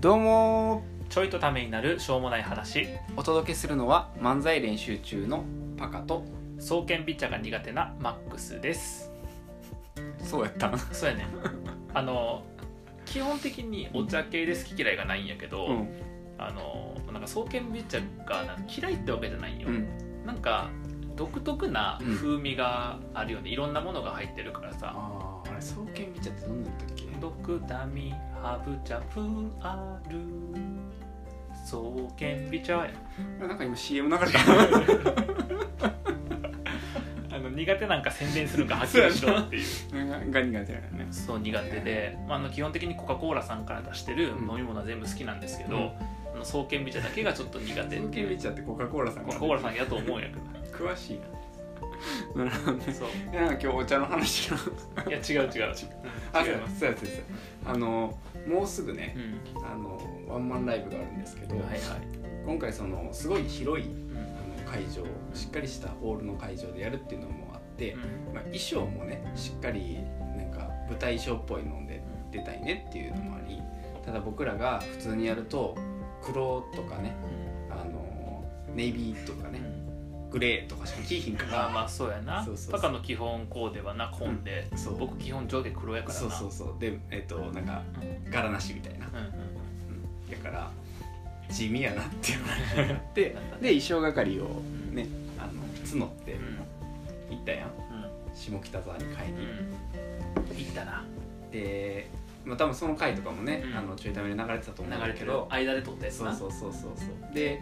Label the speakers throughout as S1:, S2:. S1: どうも
S2: ちょいとためになるしょうもない話
S1: お届けするのは漫才練習中のパカと
S2: 双剣ピッチャーが苦手なマックスです
S1: そうやったん
S2: そ うやねあの基本的にお茶系で好き嫌いがないんやけど、
S1: うん
S2: あのなんか双剣ピッチャーがなんか嫌いってわけじゃないんよ、
S1: うん
S2: なんか独特な風味があるよね、いろんなものが入ってるからさ
S1: あああれ双剣見ちゃってどんなんだったっけ
S2: 毒ダミハブチャプアル双剣ピッチャーや
S1: なんか今 CM 流れた
S2: あの苦手なんか宣伝するんかはっきりしろっていう
S1: なん かガニガニだよね
S2: そう苦手で、まあ、あの基本的にコカ・コーラさんから出してる
S1: うん
S2: 飲み物は全部好きなんですけど、
S1: うん
S2: あの双剣ビ茶だけがちょっと苦手
S1: 双剣見ちゃってコカ・コーラさん
S2: コカ・コーラさんやと思 うんやけど
S1: 詳しいなな るほどね
S2: そう
S1: でなんか今日お茶の話の
S2: いや違う
S1: あ
S2: 違う、うん
S1: そう
S2: 違い
S1: や
S2: ます
S1: そうやそうやそうやあのもうすぐね
S2: う、
S1: あのワンマンライブがあるんですけど、
S2: んはいはい、
S1: 今回そのすごい広いあ
S2: う
S1: の会場しっかりしたホールの会場でやるっていうのもあって、
S2: ん
S1: まあ、衣装もねしっかりなんか舞台衣装っぽいので出たいねっていうのもありただ僕らが普通にやると黒とかねあのネイビーとか
S2: う
S1: ね
S2: ん
S1: グレーとかしか着いひんか
S2: まあ
S1: ら
S2: まあそうやな
S1: そうそうそう
S2: パカの基本コーデはな紺で、
S1: うんそう
S2: 僕基本上下黒やからな
S1: そうそうそうでえっとなんか
S2: うんうん
S1: 柄なしみたいな、
S2: うん
S1: うん、だから地味やなっていう話になってで衣装係を ねあの募って
S2: うん
S1: 行ったやん下北沢に買い
S2: うんう
S1: に行っ
S2: んいったな
S1: て、まあ、多分その回とかもね、
S2: うん
S1: あのちょいためで流れてたと思うん
S2: 流
S1: だ
S2: れ
S1: け
S2: て
S1: ど
S2: る間で撮ったやつ
S1: そ
S2: な
S1: うそうそうそうそうで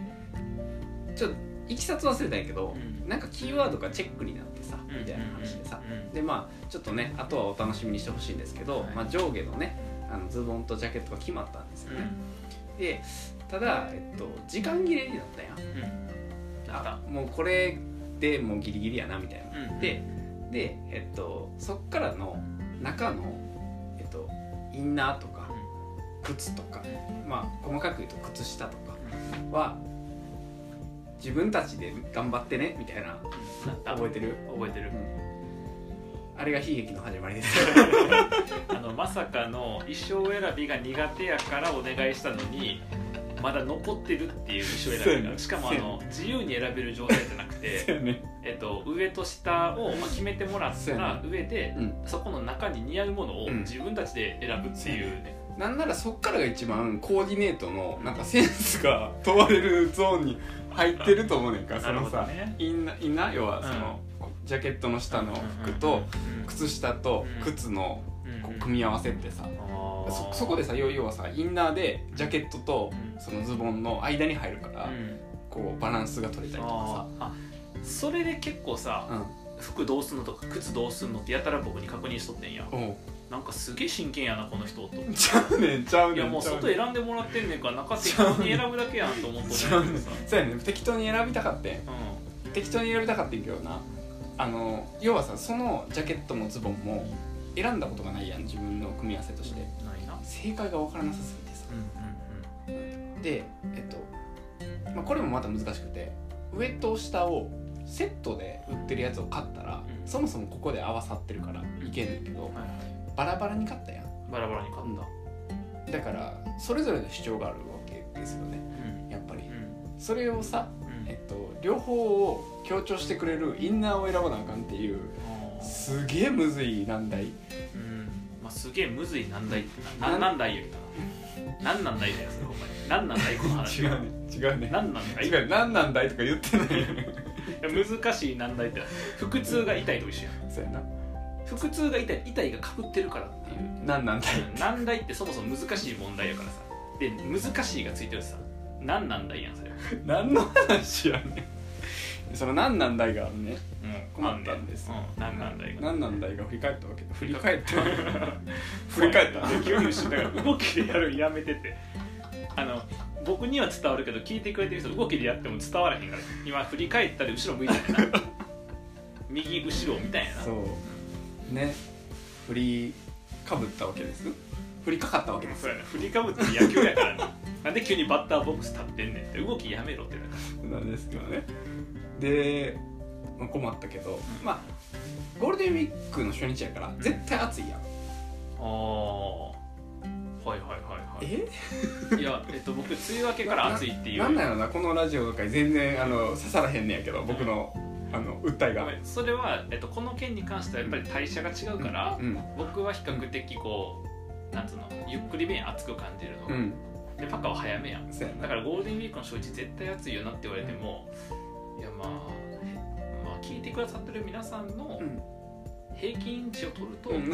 S1: ちょっといきさつ忘れたんやけど、
S2: うん
S1: なんかキーワードがチェックになってさ
S2: うん
S1: みたいな話でさ、
S2: うんうん
S1: でまあちょっとねあとはお楽しみにしてほしいんですけど、
S2: はい
S1: まあ、上下のねあのズボンとジャケットが決まったんですよね、でただ、えっと、時間切れになったやん
S2: うん
S1: あもうこれでもうギリギリやなみたいな、
S2: うんうん
S1: でで、えっと、そっからの中の、えっと、インナーとか靴とか、まあ細かく言うと靴下とかは自分たちで頑張ってねみたいな
S2: なった
S1: 覚えてる、
S2: 覚えてる
S1: あれが悲劇の始まりです
S2: あのまさかの衣装選びが苦手やからお願いしたのにまだ残ってるっていう衣装選びがしかもあの自由に選べる状態じゃなくて、えっと、上と下をまあ決めてもらった上で
S1: うん、
S2: そこの中に似合うものを
S1: うん
S2: 自分たちで選ぶっていうね、
S1: なんならそっからが一番コーディネートのなんかセンスが 問われるゾーンに入ってると思うねんか
S2: な
S1: そ
S2: る
S1: の
S2: ほど
S1: さ、
S2: ね
S1: インナインナー要はその、ジャケットの下の服と靴下と靴のこう組み合わせってさ、そそこ
S2: で
S1: でさ要要はさインナーでジャケットと
S2: うん
S1: そのズボンの間に入るから、こうバランスが取れたりとか
S2: それで結構さ、
S1: さ、
S2: 服どうすんのとか靴どうすんのってやたら僕に確認しとってんや
S1: うん、おう
S2: なんかすげえ真剣やなこの人とい
S1: ちゃうねんちゃうねん
S2: やもう
S1: ちゃうねん
S2: 外選んでもらってんねんから中適当に選ぶだけやんと思っとったんやけどさ
S1: そうやね適当に選びたかってん
S2: う
S1: 適当に選びたかってんけどなあの要はさそのジャケットもズボンも選んだことがないやん自分の組み合わせとして
S2: んないな
S1: 正解が分からなさすぎてさ
S2: うん
S1: でえっと、まあ、これもまた難しくて上と下をセットで売ってるやつを買ったら、
S2: うん
S1: そもそもここで合わさってるからいけんねんけど、
S2: うんうんはい
S1: バラバラに買ったやん
S2: バラバラに買った
S1: だからそれぞれの主張があるわけですよね
S2: うん
S1: やっぱり
S2: うん
S1: それをさ、
S2: うん
S1: えっと、両方を強調してくれるインナーを選ばなあかんっていう
S2: あー
S1: すげえむずい難題
S2: うんまあすげえむずい難題ってなななんだいやけどな何なんだいだよそれお前何なんだいこの 話
S1: 違うね違うね
S2: 何なんだい
S1: 違う何なんだいとか言ってない
S2: いや難しい難題って腹痛が痛いと一緒やん
S1: そうやな
S2: 腹痛が痛い痛いがかぶってるからっていう
S1: 何なんだい
S2: 難題ってそもそも難しい問題やからさで難しいがついてるしさ何なんだいやんそれ
S1: 何の話やねんその何なんだいがあるね
S2: うん
S1: 困ったんです
S2: うん、何なんだいが
S1: 何なんだいが振り返ったわけ振り返ったわけ 振り返 った
S2: 急に失ったから動きでやるやめててあの僕には伝わるけど聞いてくれてる人動きでやっても伝わらへんから今振り返ったり後ろ向いたりな 右後ろみたいな
S1: そうね振りかぶったわけです振りかかったわけです
S2: そうやな振りかぶって野球やからななんで急にバッターボックス立ってんねんって動きやめろってな
S1: なんですけどねで、まあ、困ったけどまあゴールデンウィークの初日やから絶対暑いやん
S2: ああはいはいはいはい
S1: え
S2: いや、えっと、僕梅雨明けから暑いっていう
S1: なんなんやろなこのラジオとか全然あの刺さらへんねやけど僕のあの訴え
S2: ご
S1: が
S2: めんそれは、えっと、この件に関してはやっぱり代謝が違うから、
S1: うん
S2: 僕は比較的こうなんつうのゆっくりめに暑く感じるの、
S1: うん
S2: でパカは早めやん
S1: そうやな
S2: だからゴールデンウィークの初日絶対暑いよなって言われてもいやまあ、まあ、聞いてくださってる皆さんの
S1: うん
S2: 平均値を取ると、
S1: うん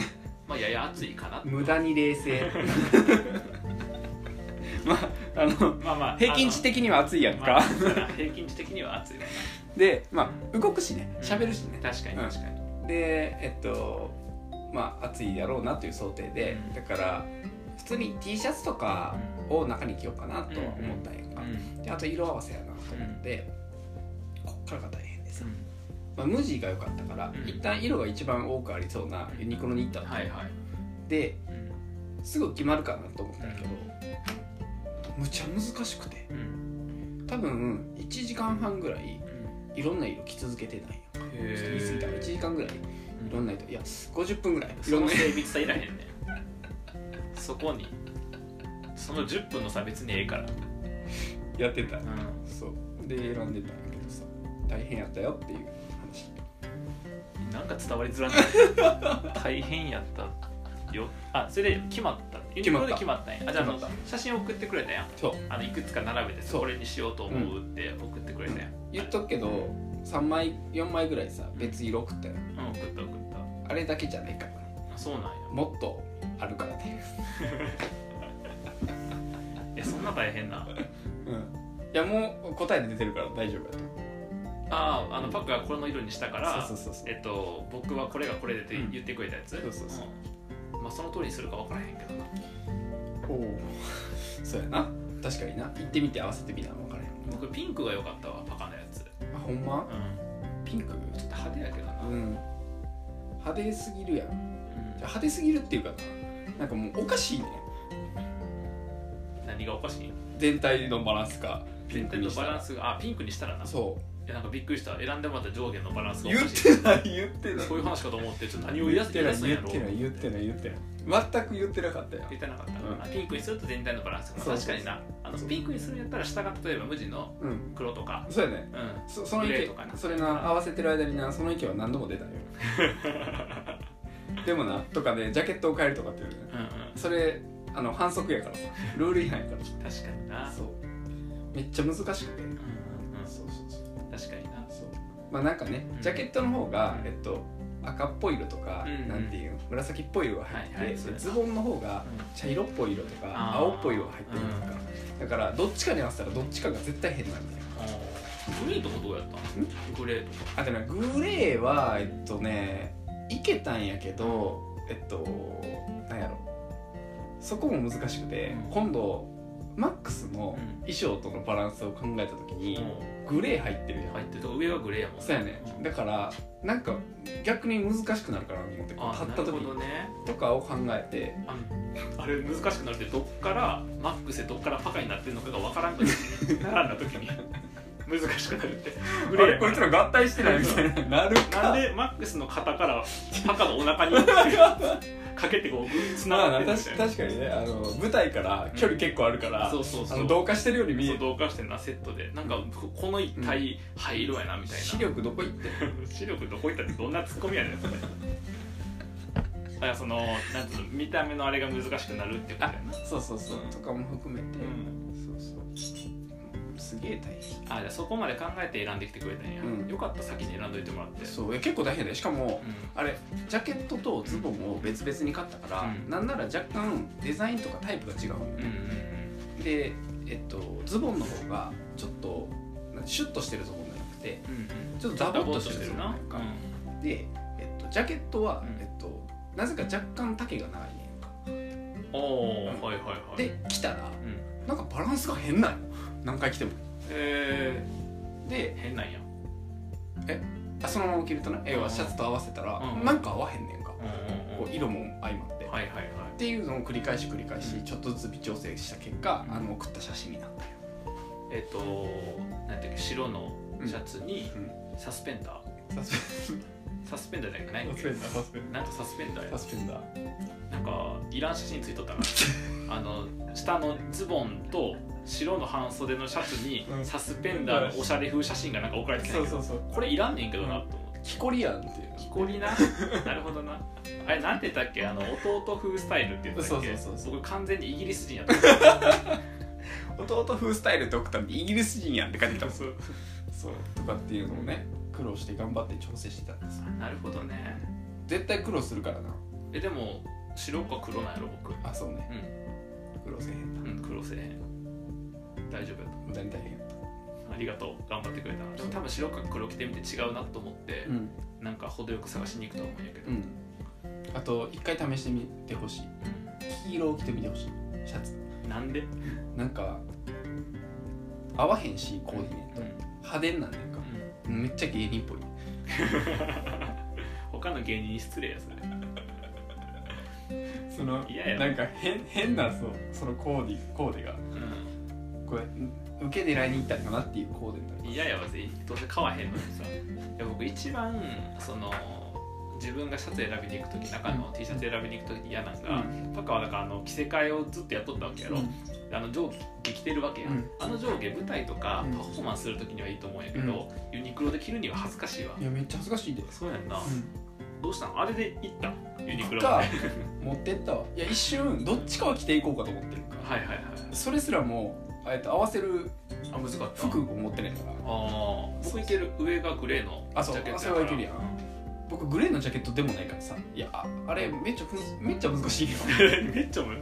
S2: まあ、やや暑いかな
S1: 無駄に冷静 まああの
S2: まあまあ
S1: 平均値的には暑いや
S2: あ
S1: ん
S2: の
S1: か、
S2: まあそうだな平均値的には暑いか
S1: でまあ動くしね喋るしね、
S2: な確かに確かに、
S1: でえっとまあ暑いやろうなという想定で
S2: うん
S1: だから普通に T シャツとかを中に着ようかなとは思ったんやんか、であと色合わせやなと思って、こっからが大変でさ、まあ、無地が良かったから、
S2: うん
S1: 一旦色が一番多くありそうなユニクロに行ったの、
S2: はいはい、
S1: ですぐ決まるかなと思ったんやけどむちゃ難しくて
S2: うんうん
S1: 多分1時間半ぐらい
S2: うん
S1: いろんな色着続けてないよ
S2: へ
S1: ちょっと言い過ぎた1時間ぐらいいろんな色いや50分ぐらいい
S2: そ
S1: ろん
S2: の
S1: な
S2: 精密さいらへんねんそこにその10分の差別にええから、
S1: やってた
S2: う
S1: そうで選んでたんやけどさ大変やったよっていう話
S2: ん、なんか伝わりづらい大変やったよあそれで決まったユニクロで決
S1: 決
S2: まったんやあじゃああの
S1: 決まっ
S2: 写真送ってくれたやん
S1: そう
S2: あのいくつか並べて
S1: そう
S2: これにしようと思うって送ってくれたやん、
S1: 言っとくけど3枚4枚ぐらいさ別色食ったよ
S2: うん、送った送っ
S1: あれだけじゃないからね
S2: たあそうなんや
S1: もっとあるからね
S2: いやそんな大変な
S1: うんいやもう答えで出てるから大丈夫やと
S2: あああのパックがこの色にしたから
S1: そうそうそうそう
S2: えっと、僕はこれがこれでって
S1: うん
S2: 言ってくれたやつ、
S1: そうそうそ
S2: うんまあ、その通りにするか分からへんけどな
S1: おおそうやな確かにな行ってみて合わせてみな分からへん
S2: 僕ピンクが良かったわパカのやつ、
S1: あほんま
S2: うん、
S1: ピンク
S2: ちょっと派手やけどな、
S1: う
S2: うん
S1: ん派手すぎるやん派手すぎるっていうかななんかもうおかしいね
S2: 何がおかしい
S1: 全体のバランスがピン
S2: 全
S1: ク
S2: 体の
S1: にし
S2: バ
S1: た
S2: ラン
S1: ら
S2: スがあピンクにしたらな
S1: そう
S2: いやなんかびっくりした選んでもらった上下のバランスがお
S1: 言
S2: か
S1: っ
S2: しい
S1: てない言ってない
S2: そういう話かと思ってちょっと何を言い出す
S1: 言ってない
S2: 言い
S1: 言
S2: 出
S1: っ
S2: すん
S1: て
S2: や
S1: な
S2: ろ
S1: い言ってない言ってない全く言ってなかったよ
S2: 言ってなかった、
S1: うん
S2: あピンクにすると全体のバランスが
S1: そうそう
S2: 確
S1: そう
S2: かになあのピンクにするんやったら下が例えば無地の
S1: うん
S2: 黒とか
S1: そうやね
S2: うん
S1: そその意
S2: グレ
S1: 見
S2: ーとかな
S1: それな合わせてる間になその意見は何度も出たよでもなとかねジャケットを変えるとかっていうね
S2: うんうん
S1: それあの反則やからさルール違反やから
S2: 確かにな
S1: そうめっちゃ難しくてそう
S2: うんうん
S1: そうそう
S2: うん確かにな
S1: そうまあなんかね
S2: うん
S1: ジャケットの方が
S2: うん
S1: えっと赤っぽい色とか、
S2: うん
S1: なんていうの紫っぽい色が入ってて、
S2: はいはいそうやな
S1: ズボンの方が茶色っぽい色とか青っぽい色が入ってるとか、だからどっちかに合わせたらどっちかが絶対変なんだよ
S2: あーグレーとかどうやったんグレーとか
S1: あでもねグレーはえっとねいけたんやけどえっとなんやろそこも難しくて、
S2: うん
S1: 今度マックスの
S2: うん
S1: 衣装とのバランスを考えた時に、グレー入ってるやん、
S2: 入ってると上はグレーやもん
S1: そうやね
S2: うん
S1: だからなんか逆に難しくなるかなと思ってこ
S2: あ
S1: う買った
S2: なる
S1: 時
S2: ほどね
S1: とかを考えて
S2: あのあれ難しくなるってどっからマックスでどっからパカになってるのかが分からんくなってね並んだ時 に難しくなるってグ
S1: あ
S2: レ
S1: れ
S2: ー
S1: こいつら合体して ないみたいななるか
S2: なんでマックスの肩からパカのお 腹にかけてこうつな
S1: まあ
S2: が
S1: な
S2: って
S1: 確か
S2: るみたいな
S1: 確かにねあの舞台から距離結構あるから、
S2: そうそう
S1: あ
S2: そう
S1: の同化してるように見
S2: そ
S1: え
S2: う
S1: る
S2: 同化してんなセットでなんかここの一体灰色やなみたいな
S1: 視力どこ行ってんの
S2: 視力どこ行ったってどんなツッコミやねんそれだからそのなんつうの見た目のあれが難しくなるってことやな
S1: そうそうそう、
S2: うん
S1: とかも含めて、
S2: うん
S1: そうそうすげえ大変
S2: あじゃあそこまで考えて選んできてくれたんや、
S1: うん
S2: よかった先に選んどいてもらって
S1: そういや結構大変だよしかも
S2: う
S1: あれジャケットとズボンを別々に買ったから、
S2: うん
S1: なんなら若干デザインとかタイプが違うのよ
S2: んうん
S1: ね、でえっとズボンの方がちょっとなんかシュッとしてるズボンじゃなくて
S2: うんうん
S1: ちょっとダ
S2: ダ
S1: ボ
S2: ボ
S1: っ
S2: っ
S1: と
S2: と
S1: して
S2: し
S1: るズ
S2: て
S1: ボ
S2: る
S1: ン
S2: な
S1: なんかで、えっと、ジャケットは、
S2: うん
S1: えっと、なぜか若干丈が長いねんか
S2: うん、おお、
S1: うん
S2: はいはいはい
S1: で着たら
S2: うん、
S1: なんかバランスが変なんよ何回着ても
S2: え
S1: で
S2: ー、変なんや、
S1: あそのまま着るとね要はシャツと合わせたら、
S2: うん
S1: なんか合わへんねんか、
S2: うんうんうん
S1: こう色も相まって、っ
S2: はいはいはい
S1: ていうのを繰り返し繰り返しちょっとずつ微調整した結果、
S2: うん
S1: あの送った写真になったよ
S2: えっ、となんていうか白のシャツに
S1: うん
S2: サスペンダー、
S1: サス
S2: サスペンダーじゃないっけ
S1: サスペンダーサスペン
S2: なんとサスペンダー
S1: ペン
S2: や
S1: サスペンダー
S2: なんかいらん写真ついとったなあの下のズボンと白の半袖のシャツに
S1: うん
S2: サスペンダーのおしゃれ風写真がなんか送られてきた
S1: そ
S2: ん
S1: う
S2: やけ
S1: そう
S2: ど
S1: そう
S2: これいらんねんけどなと 思って
S1: 木こりやんっていう
S2: 木こりななるほどなあれなんて言ったっけあの弟風スタイルって言ったっけ
S1: そうそうそうそう
S2: 僕完全にイギリス人やった
S1: 弟風スタイルドクターってイギリス人やんって感じたもん
S2: そう
S1: そうとかっていうのをね苦労して頑張って調整してたんですよ
S2: なるほどね
S1: 絶対苦労するからな
S2: えでも白か黒なんやろ僕
S1: あそうね
S2: う、
S1: 苦労せえへんなん
S2: うん、黒せえへん大丈夫やと
S1: 無駄に大変やった
S2: ありがとう頑張ってくれたなでも多分白か黒着てみて違うなと思って、
S1: ん
S2: なんか程よく探しに行くと思うんやけど、
S1: うんあと一回試してみてほしい黄色を着てみてほしいシャツ
S2: なんで、
S1: なんか合わへんしコーディネート派手になんねんかめっちゃ芸人っぽい
S2: 他の芸人に失礼やそれ
S1: その
S2: いやいや
S1: なんか変変なそうそのコーディコーデが
S2: うん
S1: これ受け狙いに行ったんかなっていうコーデになる
S2: 嫌やわぜどうせ買わへんのにさいや僕一番その自分がシャツ選びに行く時中の T シャツ選びに行く時嫌なんが、パカはなんかあの着せ替えをずっとやっとったわけやろ、あの上下着てるわけや、
S1: うん
S2: あの上下舞台とか
S1: うん
S2: パフォーマンスする時にはいいと思うんやけど、ユニクロで着るには恥ずかしいわ
S1: いやめっちゃ恥ずかしいで
S2: そうやんな、
S1: う
S2: どうしたんあれで行ったユニクロ
S1: ん、
S2: で
S1: か
S2: はい
S1: 持ってったわいや一瞬どっちかは着ていこうかと思ってるから、
S2: はいはい
S1: それすらもう、えっと、合わせる
S2: あ難かった
S1: 服を持ってないから
S2: ああ僕いける上がグレーのジ
S1: あそう
S2: ャケットやか
S1: あそれは
S2: ら
S1: いけるやん僕グレーのジャケットでもないからさいやああれめっちゃふんめっちゃ難し いよ
S2: めっちゃむ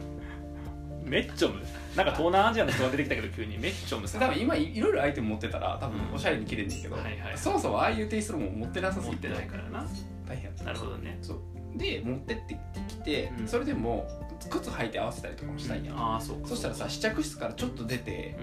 S2: めっちゃむなんか東南アジアの人が出てきたけど急にめっちゃむさ
S1: 多分今いいろいろアイテム持ってたら多分おしゃれに着れんねんけど、
S2: はいはい
S1: そもそもああいうテイストも持ってなさす
S2: 持っ
S1: ぎ
S2: て
S1: て
S2: ないからな
S1: 大変やった
S2: なるほどね
S1: で持ってってきて、
S2: うん
S1: それでも靴履いて合わせたりとかもしたいやん、
S2: ああそうか
S1: そしたらさ試着室からちょっと出て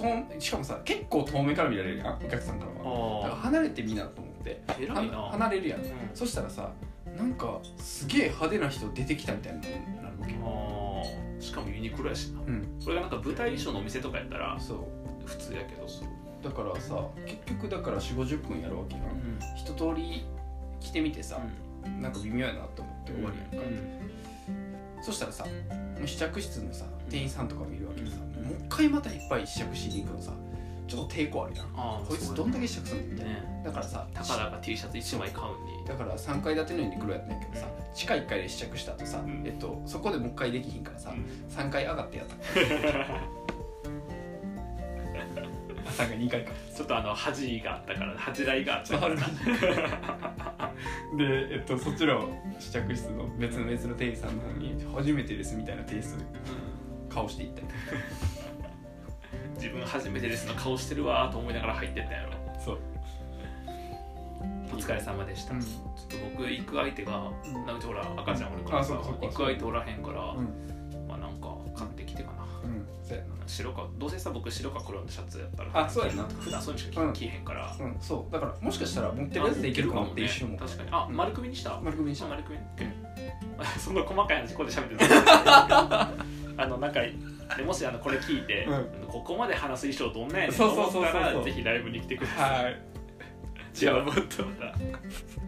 S2: うん
S1: とんしかもさ結構遠目から見られるやんお客さんからはだから
S2: あ
S1: 離れてみなと思って
S2: あ偉いな
S1: は離れるやん
S2: うん
S1: そしたらさなんかすげえ派手な人出てきたみたいになるわけよ
S2: あーしかもユニクロやしな
S1: うん
S2: これがなんか舞台衣装のお店とかやったら
S1: そう
S2: 普通やけど
S1: だからさ結局だから4 5 0分やるわけや
S2: うんん
S1: 一通り着てみてさ、なんか微妙やなと思って終わりやんか、
S2: うん
S1: そしたらさ試着室のさ店員さんとかもいるわけでさ、
S2: うん
S1: もう一回またいっぱい試着しに行くのさちょっと抵抗あるやん
S2: ああ
S1: こいつどんだけ試着するんだみたいな、
S2: ね
S1: だからさ
S2: たかだか T シャツ1枚買うに
S1: だから3階建てのユニクロやってないけどさ地下1階で試着した後さ、
S2: うん
S1: えっと、そこでもう一回できひんからさ、
S2: うん
S1: 3階上がってやった あ3階2階か
S2: ちょっとあの恥があったから恥じらいがあったから
S1: る で、えっと、そちらを試着室の別の別の店員さんの方に「初めてです」みたいなテイストで顔していったり
S2: 自分初めてですの顔してるわーと思いながら入ってったやろ
S1: そう、
S2: お疲れ様でした、ちょっと僕行く相手が
S1: うん
S2: なんかほら赤ちゃんおるからさ
S1: あそうかそうか
S2: 行く相手おらへんから、
S1: うん
S2: まあなんか買ってきてかな
S1: うんそうや
S2: 白かどうせさ僕白か黒のシャツやった
S1: な
S2: ら
S1: あそうやな
S2: 普段そういうのし
S1: う
S2: か
S1: ん
S2: 着着へんから、
S1: うんそうだからもしかしたら持ってるやつでいけるかもって一瞬思った
S2: 確かにあ丸首にした、
S1: 丸組にし
S2: じゃ
S1: た
S2: あ
S1: な
S2: 丸くん そんな細かい話ここで喋ってた あのなんかでもしあのこれ聞いて、
S1: うん
S2: あのここまで話す衣装どんなんやねんと
S1: そうそう
S2: 思
S1: そうそう
S2: ったらぜひライブに来てください
S1: はい
S2: じゃあもっとまた